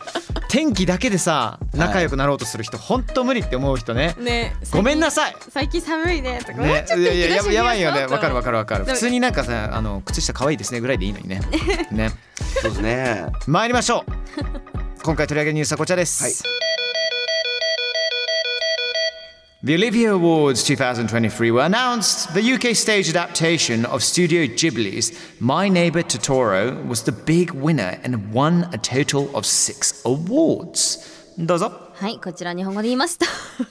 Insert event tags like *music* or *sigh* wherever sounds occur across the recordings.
天気だけでさ、仲良くなろうとする人、本当無理って思う人ね。ね。ごめんなさい。最近寒いねとか。もうねちょっと、いやいややば行き出してみようやばいよね。とわかるわかるわかる。で普も通になんかさ、あの靴下可愛いですねぐらいでいいの *laughs* にね。ね。そうですね。参りましょう。今回取り上げるニュースはこちらです。The Olivia Awards 2023 were announced. The UK stage adaptation of Studio Ghibli's My Neighbor Totoro was the big winner and won a total of six awards. どうぞ。はい、こちら日本語で言いました。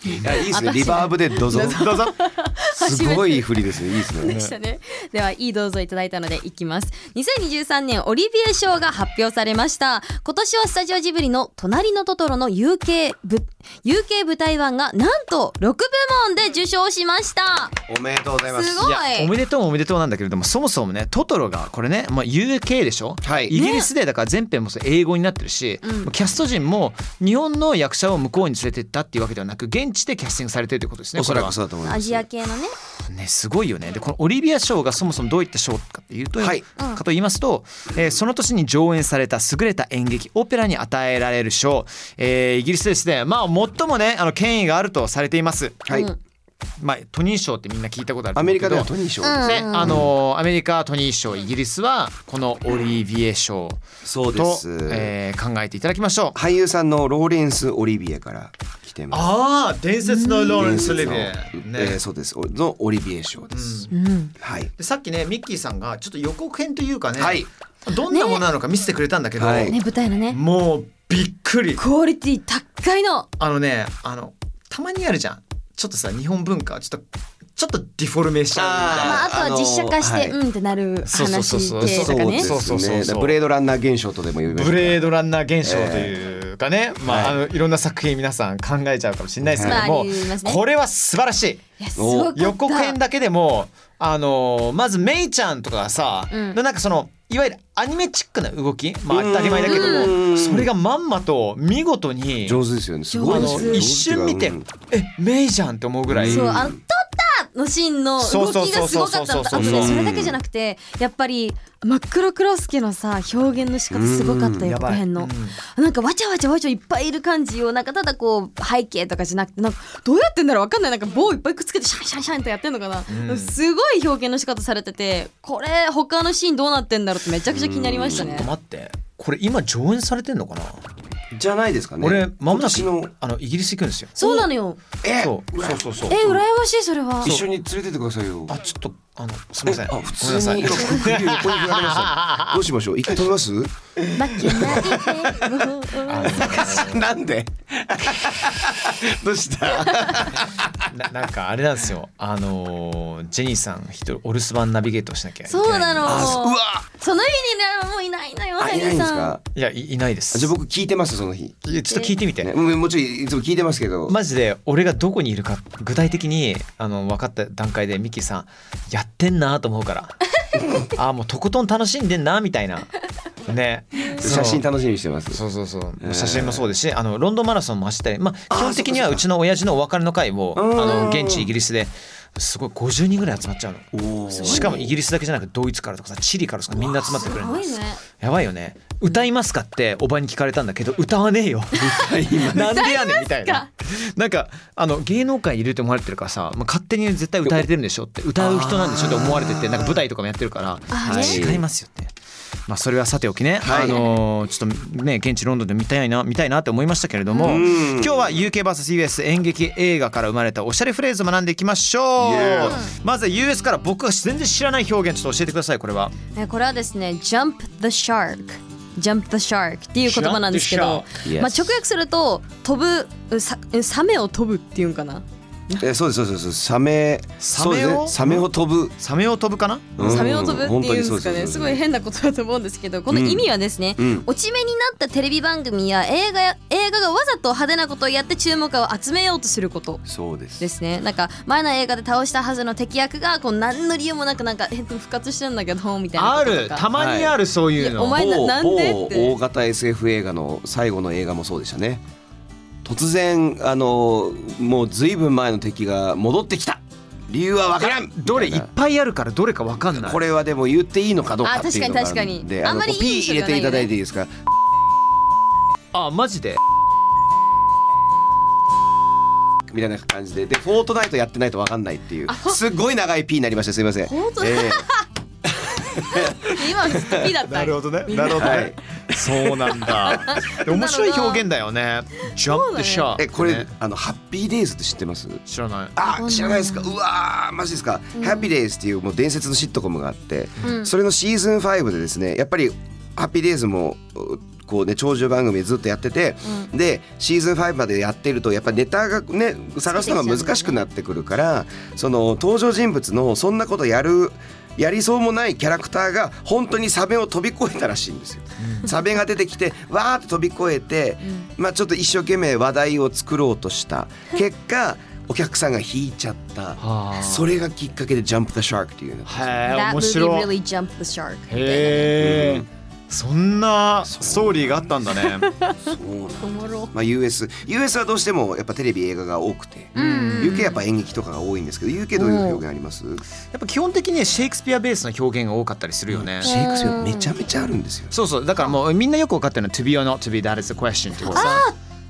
いやいいですね。リバーブでどうぞ。どうぞ。すごい振りですね。いいですねで。したね。では、いいどうぞいただいたのでいきます。2023年オリビエ賞が発表されました。今年はスタジオジブリの隣のトトロの UK ぶ、UK 舞台版がなんと6部門で受賞しました。おめでとうございます。すごい。おめでとうもおめでとうなんだけれどもそもそもねトトロがこれね、まあ、UK でしょ、はいイギリスでだから全編もそう英語になってるし、キャスト陣も日本の役者を向こうに連れてったっていうわけではなく現地でキャスティングされてるってことですねおそらくこそうだと思いアます。ジア系のね。れはねすごいよねでこのオリビア賞がそもそもどういった賞かっていうと、はいかと言いますと、えーその年に上演された優れた演劇オペラに与えられる賞、えーイギリスでですねまあ最もねあの権威があるとされています、はい。まあ、トニー賞ってみんな聞いたことあるとア思メうけリどカではトニー賞ですね、ね。あのーアメリカトニー賞イギリスはこのオリビエ賞とそうです、えー考えていただきましょう。俳優さんのローレンス・オリビエから来てます。ああ伝説のローレンス・オリビエのえーそうです。おのオリビエ賞です。はい。でさっきねミッキーさんがちょっと予告編というかね、はいどんなものなのか見せてくれたんだけど、はいね、舞台のね。もうびっくりクオリティ高いの。あのねあのたまにあるじゃんちょっとさ日本文化はちょっとちょっとディフォルメーションみたいなまあ、あとは実写化して、はいうんってなるそうそうそうそ話う系とかね。そうそうそうそうだからブレードランナー現象とでも言いましょブうかレードランナー現象というかね、まあ、あのいろんな作品皆さん考えちゃうかもしれないですけどまあも、ありますねこれは素晴らしいいやすごかった予告編だけでもあのまずメイちゃんとかがさ、なんかそのいわゆるアニメチックな動き、まあ、当たり前だけどもそれがまんまと見事に上手ですよね。すごあいですよのね。一瞬見てうん「えメイじゃん」って思うぐらい。そうあの撮ったのシーンのそうそう動きそがうすそうごそうかったのとあとそうねそうそれだけじゃなくてやっぱり真っ黒クロスケのさ表現の仕方すごかったよこの辺のなんかわちゃわちゃわちゃいっぱいいる感じをなんかただこう背景とかじゃなくてなんかどうやってんだろうわかんないなんか棒いっぱいくっつけてシャンシャンシャンとやってんのかな、すごい表現の仕方されててこれ他のシーンどうなってんだろうってめちゃくちゃ気になりましたねちょっと待ってこれ今上演されてんのかな、じゃないですかね。俺まもなく今年のあのイギリス行くんですよ。そうなのよえそうそうそうそうえ羨ましいそれは一緒に連れてってくださいよ。あ、ちょっと、あの、すみません。あ、ごめん普な通さにい今首横に振られました *laughs* よ。どうしましょう。一回止めます？負けないでなん *laughs* で？どうした？ななんかあれなんですよ。あのージェニーさん一人お留守番ナビゲートしなきゃいけない。そうなの。あうわ。その日にねもういないのよ、あいないんですか？いやいいないです。あじゃあ僕聞いてますその日。いやちょっと聞いてみて。ね、もうもちろんいつも聞いてますけど。マジで俺がどこにいるか具体的にあの分かった段階でミキ *laughs* さんやってんなと思うからあーもうとことん楽しんでんなみたいなね写真楽しみにしてますそうそうそう、写真もそうですしあのロンドンマラソンも走って、まあ、基本的にはうちの親父のお別れの会をあの現地イギリスですごい50人ぐらい集まっちゃうのしかもイギリスだけじゃなくドイツからとかさチリからとかみんな集まってくれるのすごいねやばいよね歌いますかっておばに聞かれたんだけど歌わねえよなんでやねんみたいななんかあの芸能界いるって思われてるからさ、まあ、勝手に絶対歌えてるんでしょって歌う人なんでしょって思われててなんか舞台とかもやってるからあね違いますよって。まあそれはさておきね、あのーちょっとね現地ロンドンで見たいな見たいなって思いましたけれども、今日は UKVSUS 演劇映画から生まれたおしゃれフレーズを学んでいきましょう。 Yeah まずは US から僕が全然知らない表現ちょっと教えてくださいこれは。えこれはですね Jump the shark Jump the shark っていう言葉なんですけど Jump、 the shark まあ Yes 直訳すると飛ぶさサメを飛ぶっていうんかな、えそうですそうですそうですサメサメをそうですねサメを飛ぶサメを飛ぶかな？うんサメを飛ぶっていうんです本当にそかうねですすごい変なことだと思うんですけどこの意味はですね、うん落ち目になったテレビ番組や映画や映画がわざと派手なことをやって注目を集めようとすることそうですですねなんか前の映画で倒したはずの敵役がこう何の理由もなくなんかえ復活してんだけどみたいなあこととるかたまにあるそういういやおの。前な某なんで某って大型 SF 映画の最後の映画もそうでしたね突然あのもうずいぶん前の敵が戻ってきた理由はわからんどれみいたいっなぱいあるからどれかわかんない。これはでも言っていいのかどうかっていうのがああ確かにるん確かであにのあんまりいいピー入れていただいていいですかあマジで。みたいな感じででフォートナイトやってないとわかんないっていうすっごい長い P になりましたすいませんフォートナイトえ今ずっと P だったほどね。 *laughs* なるほどねはいそう *laughs* なんだ。で面白い表現だよね。Jump the shark ええこれ、ねあのハッピーデイズって知ってます知らない。あ知らないですかうわーマジですか、ハッピーデイズっていうもう伝説のシットコムがあって、それのシーズン5でですねやっぱりハッピーデイズもうこうね長寿番組ずっとやってて、でシーズン5までやってるとやっぱネタがね探すのが難しくなってくるからその登場人物のそんなことやるやりそうもないキャラクターが本当にサメを飛び越えたらしいんですよ。サメが出てきてわーっと飛び越えて、まあちょっと一生懸命話題を作ろうとした結果お客さんが引いちゃったあーそれがきっかけで「ジャンプ・ザ・シャーク」っていうのへえ面 That movie 白い。 really jumped the shark みたいなへえ、そんなストーリーがあったんだ *laughs* ね。そうなんですまあ US, US はどうしてもやっぱテレビ映画が多くて、UK やっぱ演劇とかが多いんですけど UK どういう表現ありますやっぱ基本的にシェイクスピアベースの表現が多かったりするよね。シェイクスピアめちゃめちゃあるんですよ。そうそうだからもうみんなよく分かってるの to be or not to be that is the question っていうさ。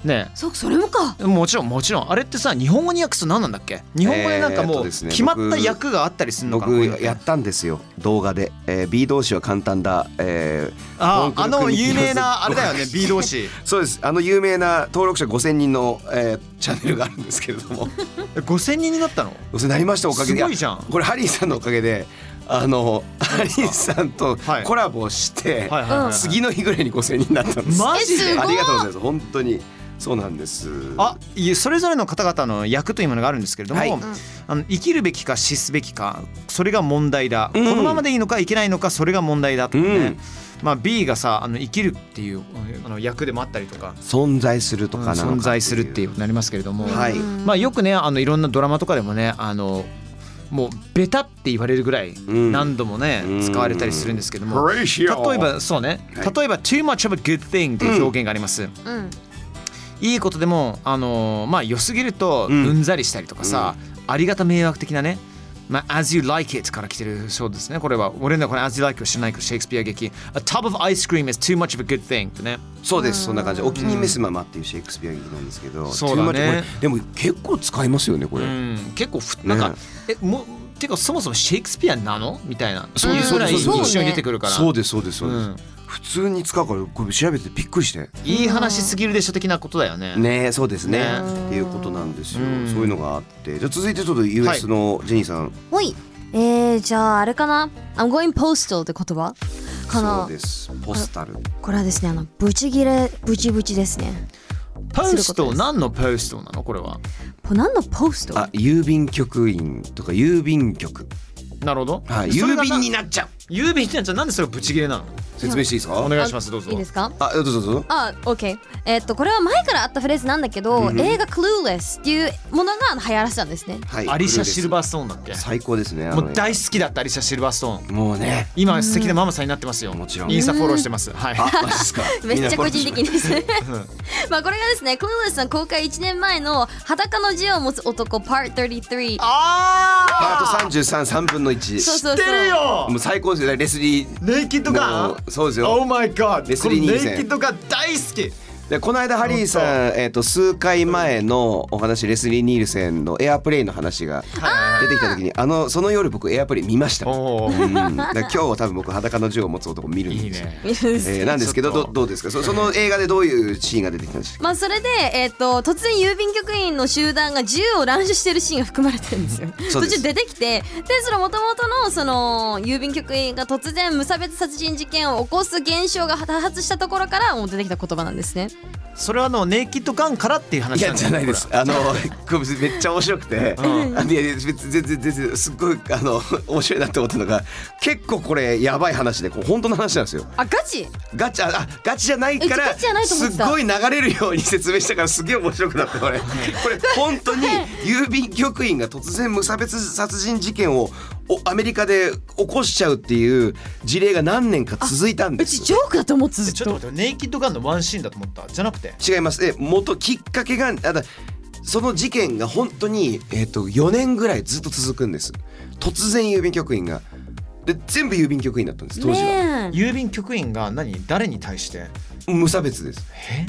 ねそうそれもかもちろんもちろんあれってさ日本語に訳すと何なんだっけ日本語でなんかえーっもうとですね決まった役があったりするのかな僕こういうのってやったんですよ動画で、えー、B 動詞は簡単だ、えーあー文あ句のの国有名なあれだよね B 動詞詞そうですあの有名な登録者5000人の、えーチャンネルがあるんですけれ *laughs* ども5000人になったのお世話になりましたおかげですごいじゃんやこれハリーさんのおかげであのハリーさんとはいコラボして、はいはいはいはい次の日ぐらいに5000人になったんですマジえすでごいありがとうございます本当にそうなんですあいえそれぞれの方々の役というものがあるんですけれども、はいうんあの生きるべきか死すべきかそれが問題だ、このままでいいのかいけないのかそれが問題だってね、うんまあ、B がさあの生きるっていうあの役でもあったりとか。存在するとうんかなのか存在するっていううことになりますけれども、はいまあ、よくねあのいろんなドラマとかでもねあのもうベタって言われるぐらいん何度もね、うん使われたりするんですけども、ホレイシオ例えばそうね、はい例えば too much of a good thing っていう表現があります、うんいいことでもあのーまあ良すぎるとうんうんざりしたりとかさ、ありがた迷惑的なねまあ、as you like it から来てるそうですね。これは、俺のこれ as you like it を知らないけど、シェイクスピア劇。A tub of ice cream is too much of a good thing ってね。そうですそんな感じお気に召すままっていうシェイクスピア劇なんですけどそうだね Too much これでも結構使いますよねこれ、うん、結構ふ、なんか、ねえ、もう、てかそもそもシェイクスピアなのみたいな。そうですぐらいそうです一緒に出てくるから。そうですそうですそうです、うん普通に使うからこれ調べてびっくりしていい話すぎるでしょ的なことだよね。ねえそうですねねっていうことなんですよ、うんそういうのがあってじゃあ続いてちょっと US のジェニーさん、ほいえー、じゃああれかな I'm going postal って言葉かそなうですポスタルこれはですねあのブチギレブチブチですねポスすることト、です何のポストなのこれは。これ何のポストあ郵便局員とか郵便局なるほど。はいそれ郵がな便になっちゃう郵便ってなんじゃなんでそれがブチ切れなの説明していいですかお願いしますどうぞいいですかあどうぞどうぞあ、OK。えっと、これは前からあったフレーズなんだけど、映画 Clueless っていうものが流行らせたんですね。はいアリシャ・シルバーストーンだっけ最高ですねあものう大好きだったアリシャ・シルバーストーンもう *laughs* ね今素敵なママさんになってますよもちろんインスタフォローしてますはいあマジですかめっちゃ個人みん的なこれですね。 *laughs* まあこれがですね、Clueless さん公開1年前の裸の字を持つ男 Part 33。パあート333分の1そうそうそう。知って *laughs* るよもう最高ですよレスリーネイキッドガもンうそうですよ Oh my god レスこのリーネニイーキゼンッドガン大好きでこの間ハリーさん、えー、と数回前のお話レスリー・ニールセンのエアプレイの話が出てきた時にあのその夜僕エアプレイ見ました、うん、おおだから今日多分僕裸の銃を持つ男見るんですいいよねえーなんですけどちょっどとどうですかそその映画でどういうシーンが出てきたんですかまあそれで、えっと突然郵便局員の集団が銃を乱射してるシーンが含まれてるんですよ。そう途です中出てきてでその元々のその郵便局員が突然無差別殺人事件を起こす現象が多発したところからもう出てきた言葉なんですね。それはあのネイキッドガンからっていう話いなやんだじゃないですあのこれめっちゃ面白くて、んあのいやいや別に全然全然すっごいあの面白いなって思ったのが結構これやばい話でこう本当の話なんですよあガチガチああガチじゃないかえらガチじゃないと思すっってたごい流れるように説明したからすげえ面白くなったこ *laughs* れこれ本当に郵便局員が突然無差別殺人事件をおアメリカで起こしちゃうっていう事例が何年か続いたんうでちすジョークだと思ってずっちょっとと。待ってネイキッドガンのワンシーンだと思ったじゃなくて違いますえ元きっかけがあだその事件が本当にえっ、と4年ぐらいずっと続くんです突然郵便局員がで全部郵便局員だったんです当時は、ねえ郵便局員が何誰に対して無差別ですえ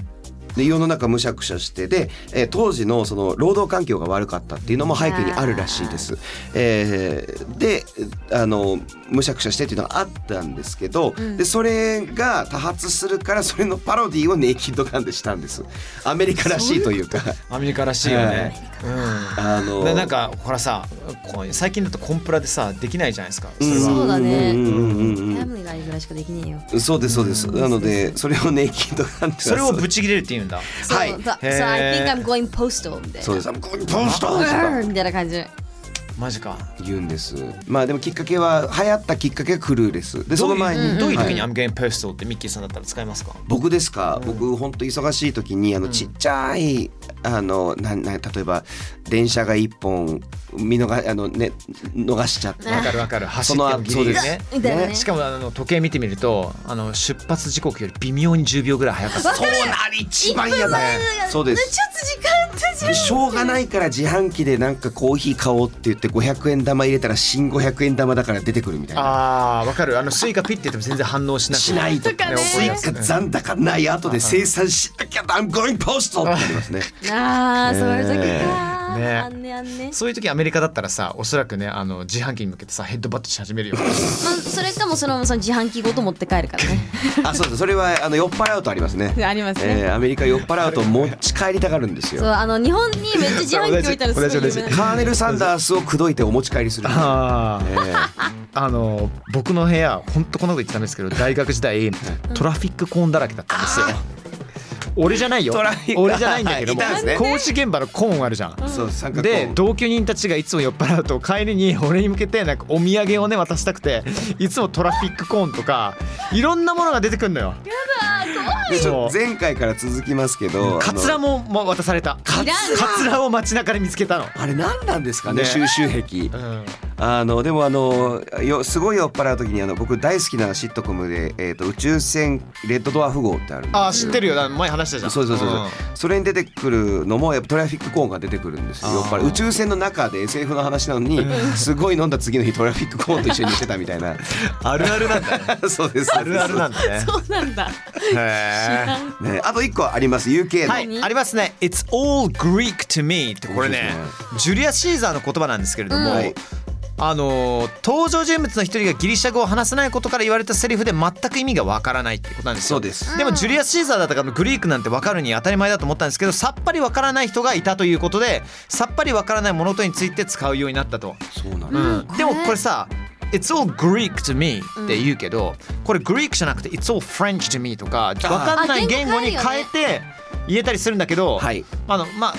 で世の中むしゃくしゃしてで、えー当時のその労働環境が悪かったっていうのも背景にあるらしいです。えーであのむしゃくしゃしてっていうのがあったんですけど、でそれが多発するからそれのパロディをネイキッドガンでしたんです。アメリカらしいというか。アメリカらしいよね、うんあのでなんかほらさこう最近だとコンプラでさできないじゃないですかそれは、そうだね。うんうんうんフうァんミリーがいるぐらいしかできねえよ。そうですそうです。なのでそれをネイキッドガンってそれをぶち切れるって言うんだはいそうだへえ so I think I'm going postal みたいな。そうです。あもうここにポンしたんですよみたいな感じ。でマジか言うんです。まあでもきっかけは流行ったきっかけがクルーです。でその前にどういうは時に「I'm getting postal」ってミッキーさんだったら使いますか僕ですか、僕本当忙しい時にあのちっちゃい、あのなんなん例えば電車が一本見逃あのね逃しちゃってわかるわかる走っそのてもギリギリそうねでみたいなねしかもあの時計見てみるとあの出発時刻より微妙に10秒ぐらい早かったそうなり一番やだそうですちょっと時間経ちしょうがないから自販機でなんかコーヒー買おうって言って500円玉入れたら新500円玉だから出てくるみたいなあーわかるあのスイカピッてやっても全然反応しなくてしないとかねスイカ残高ない後で生産しなきゃ I'm going postal ってなりますねああ、そういう時ねえか。あんねあんね。そういう時アメリカだったらさおそらくねあの自販機に向けてさヘッドバットし始めるよまあ、それかもそのその自販機ごと持って帰るからね。あそうですそれはあの酔っ払うとありますね *laughs* ありますねえーアメリカ酔っ払うと持ち帰りたがるんですそうよあの日本にめっちゃ自販機置いたらすごい有名同じ同じ同じカーネル・サンダースを口説いてお持ち帰りするあえーー *laughs* あの僕の部屋本当こんなこと言ってたんですけど大学時代トラフィックコーンだらけだったんですよ俺じゃないよトラフィック俺じゃないんだけども、 *laughs* いたんですね工事現場のコーンあるじゃんそう三角でコーン同居人たちがいつも酔っ払うと帰りに俺に向けてなんかお土産をね渡したくていつもトラフィックコーンとかいろんなものが出てくるのよでちょそう前回から続きますけどカツラももも渡されたカいらんわツラを街中で見つけたの、あれ何なんですかねね収集癖うん、あのでもあのよすごい酔っ払う時にあの僕大好きなシットコムで、えー、と宇宙船レッドドアフ号ってあるんであー知ってるよだ前話したじゃんそうそうそうそう、んそれに出てくるのもやっぱトラフィックコーンが出てくるんですよやっぱり宇宙船の中で SF の話なのにすごい飲んだ次の日トラフィックコーンと一緒に寝てたみたいなあるあるなんだねそうですあるあるなんだねそうなんだ。へーねあと一個あります UK の、はい、ありますね。It's all Greek to me ってこれね、ジュリア・シーザーの言葉なんですけれども、はいあのー登場人物の一人がギリシャ語を話せないことから言われたセリフで全く意味がわからないってことなんですよそうですでもジュリア・シーザーだったからグリークなんてわかるに当たり前だと思ったんですけどさっぱりわからない人がいたということでさっぱりわからない物事について使うようになったと。そうなんだ、うんでもこれさ「It's all Greek to me」って言うけど、これ Greek じゃなくて「It's all French to me」とかわかんない言あ言語語に変えるよね変えて言えたりするんだけど、はいあのまあ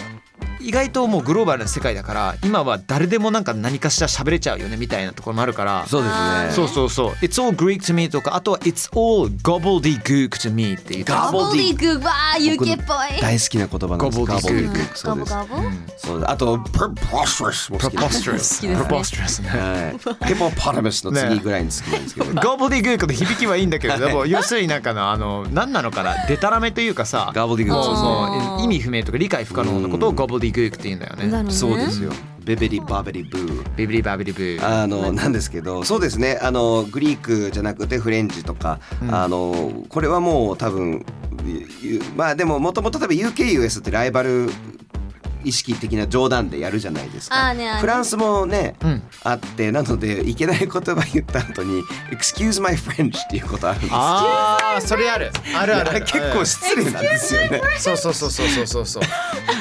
意外ともうグローバルな世界だから今は誰でもなんか何かしら喋れちゃうよねみたいなところもあるからそうですねそうそうそう It's all Greek to me とかあとは It's all gobbledygook to me っていうガボディークわー僕 UK のっぽい大好きな言葉なんですガボディガボディそガうボですガボそうですあとプロポストラスも好きです、 preposterous ね preposterous ねはい、ヘポポタムスの次ぐらいに好きなんですけ *laughs* ど、ガボディグークの響きはいいんだけれど *laughs* も要するになんかなあの何なのかなデタラメというかさガボディグークそうそう意味不明とか理解不可能なことをガボディグークって言うんだよねなるほどねそうですよベベリバベリブービビリバビリブーあのなんですけどそうですねあのグリークじゃなくてフレンチとか、あのこれはもう多分ゆまあでももともと多分 UKUS ってライバル意識的な冗談でやるじゃないですか、あーねあーねフランスもね、うんあってなのでいけない言葉言った後に「Excuse my French」っていうことあるんですああそれあるあるああれる結構失礼なんですよね。そうそうそうそうそう *laughs* そう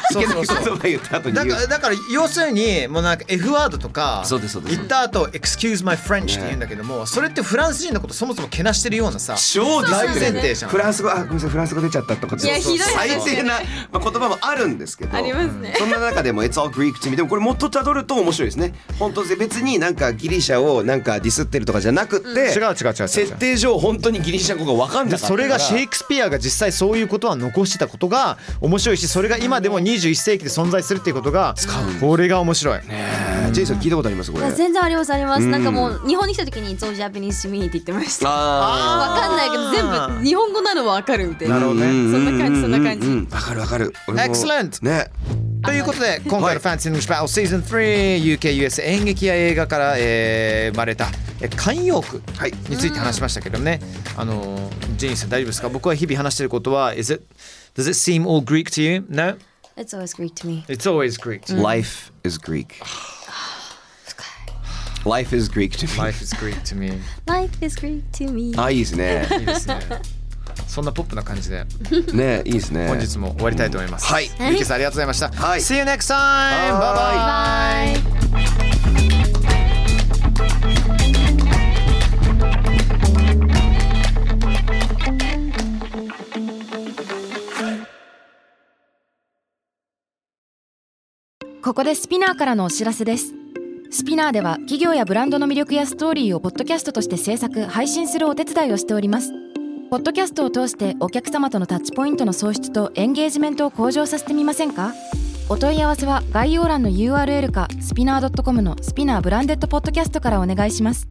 そういけない言そうそうそう葉言った後にだ言うからだから要するにもうなんか F ワードとかそうですそうです言った後 Excuse my French って言うんだけどもそれってフランス人のことそもそもけなしてるようなさ超ディス大ってる前提じゃんフランス語あごめんなさいフランス語出ちゃったとかいやそうそうひどい話最低な、まあ、言葉もあるんですけどありますねそんな中でも「It's all Greek to me」でもこれもっとたどると面白いですね本当で別になんかギリシャをなんかディスってるとかじゃなくって、違う違う違う違う設定上本当にギリシャ語が分かんでなかったからそれがシェイクスピアが実際そういうことは残してたことが面白いしそれが今でも21世紀で存在するっていうことがこれが面白い。えージェイソン聞いたことありますこいれや全然ありますあります、なんかもう日本に来た時に「ゾウジャパニーズミー」って言ってましたわあかんないけど全部日本語なのはわかるみたいなーるほどねううううそんな感じそんな感じううわかるわかる俺も Excellent ねということで今は回いの「ファンシー・イングシュ・バトル」シーズン 3UKUS 演劇や映画から、えー生まれたえー慣用句はいについて話しましたけどね、あのージェニーさん大丈夫ですか僕は日々話してることは「Is it, Does it seem all Greek to you? No? 「It's always great to me It's always Greek to you. Life is Greek Life is Greek to me Life is Greek to me」 *laughs* Life is great to me あいいですねいいですねそんなポップな感じでねいいですね本日も終わりたいと思います。はいミキさんありがとうございました。はい See you next time! バイバイここでスピナーからのお知らせですスピナーでは企業やブランドの魅力やストーリーをポッドキャストとして制作配信するお手伝いをしておりますポッドキャストを通してお客様とのタッチポイントの創出とエンゲージメントを向上させてみませんかお問い合わせは概要欄の URL かスピナー .com のスピナーブランデッドポッドキャストからお願いします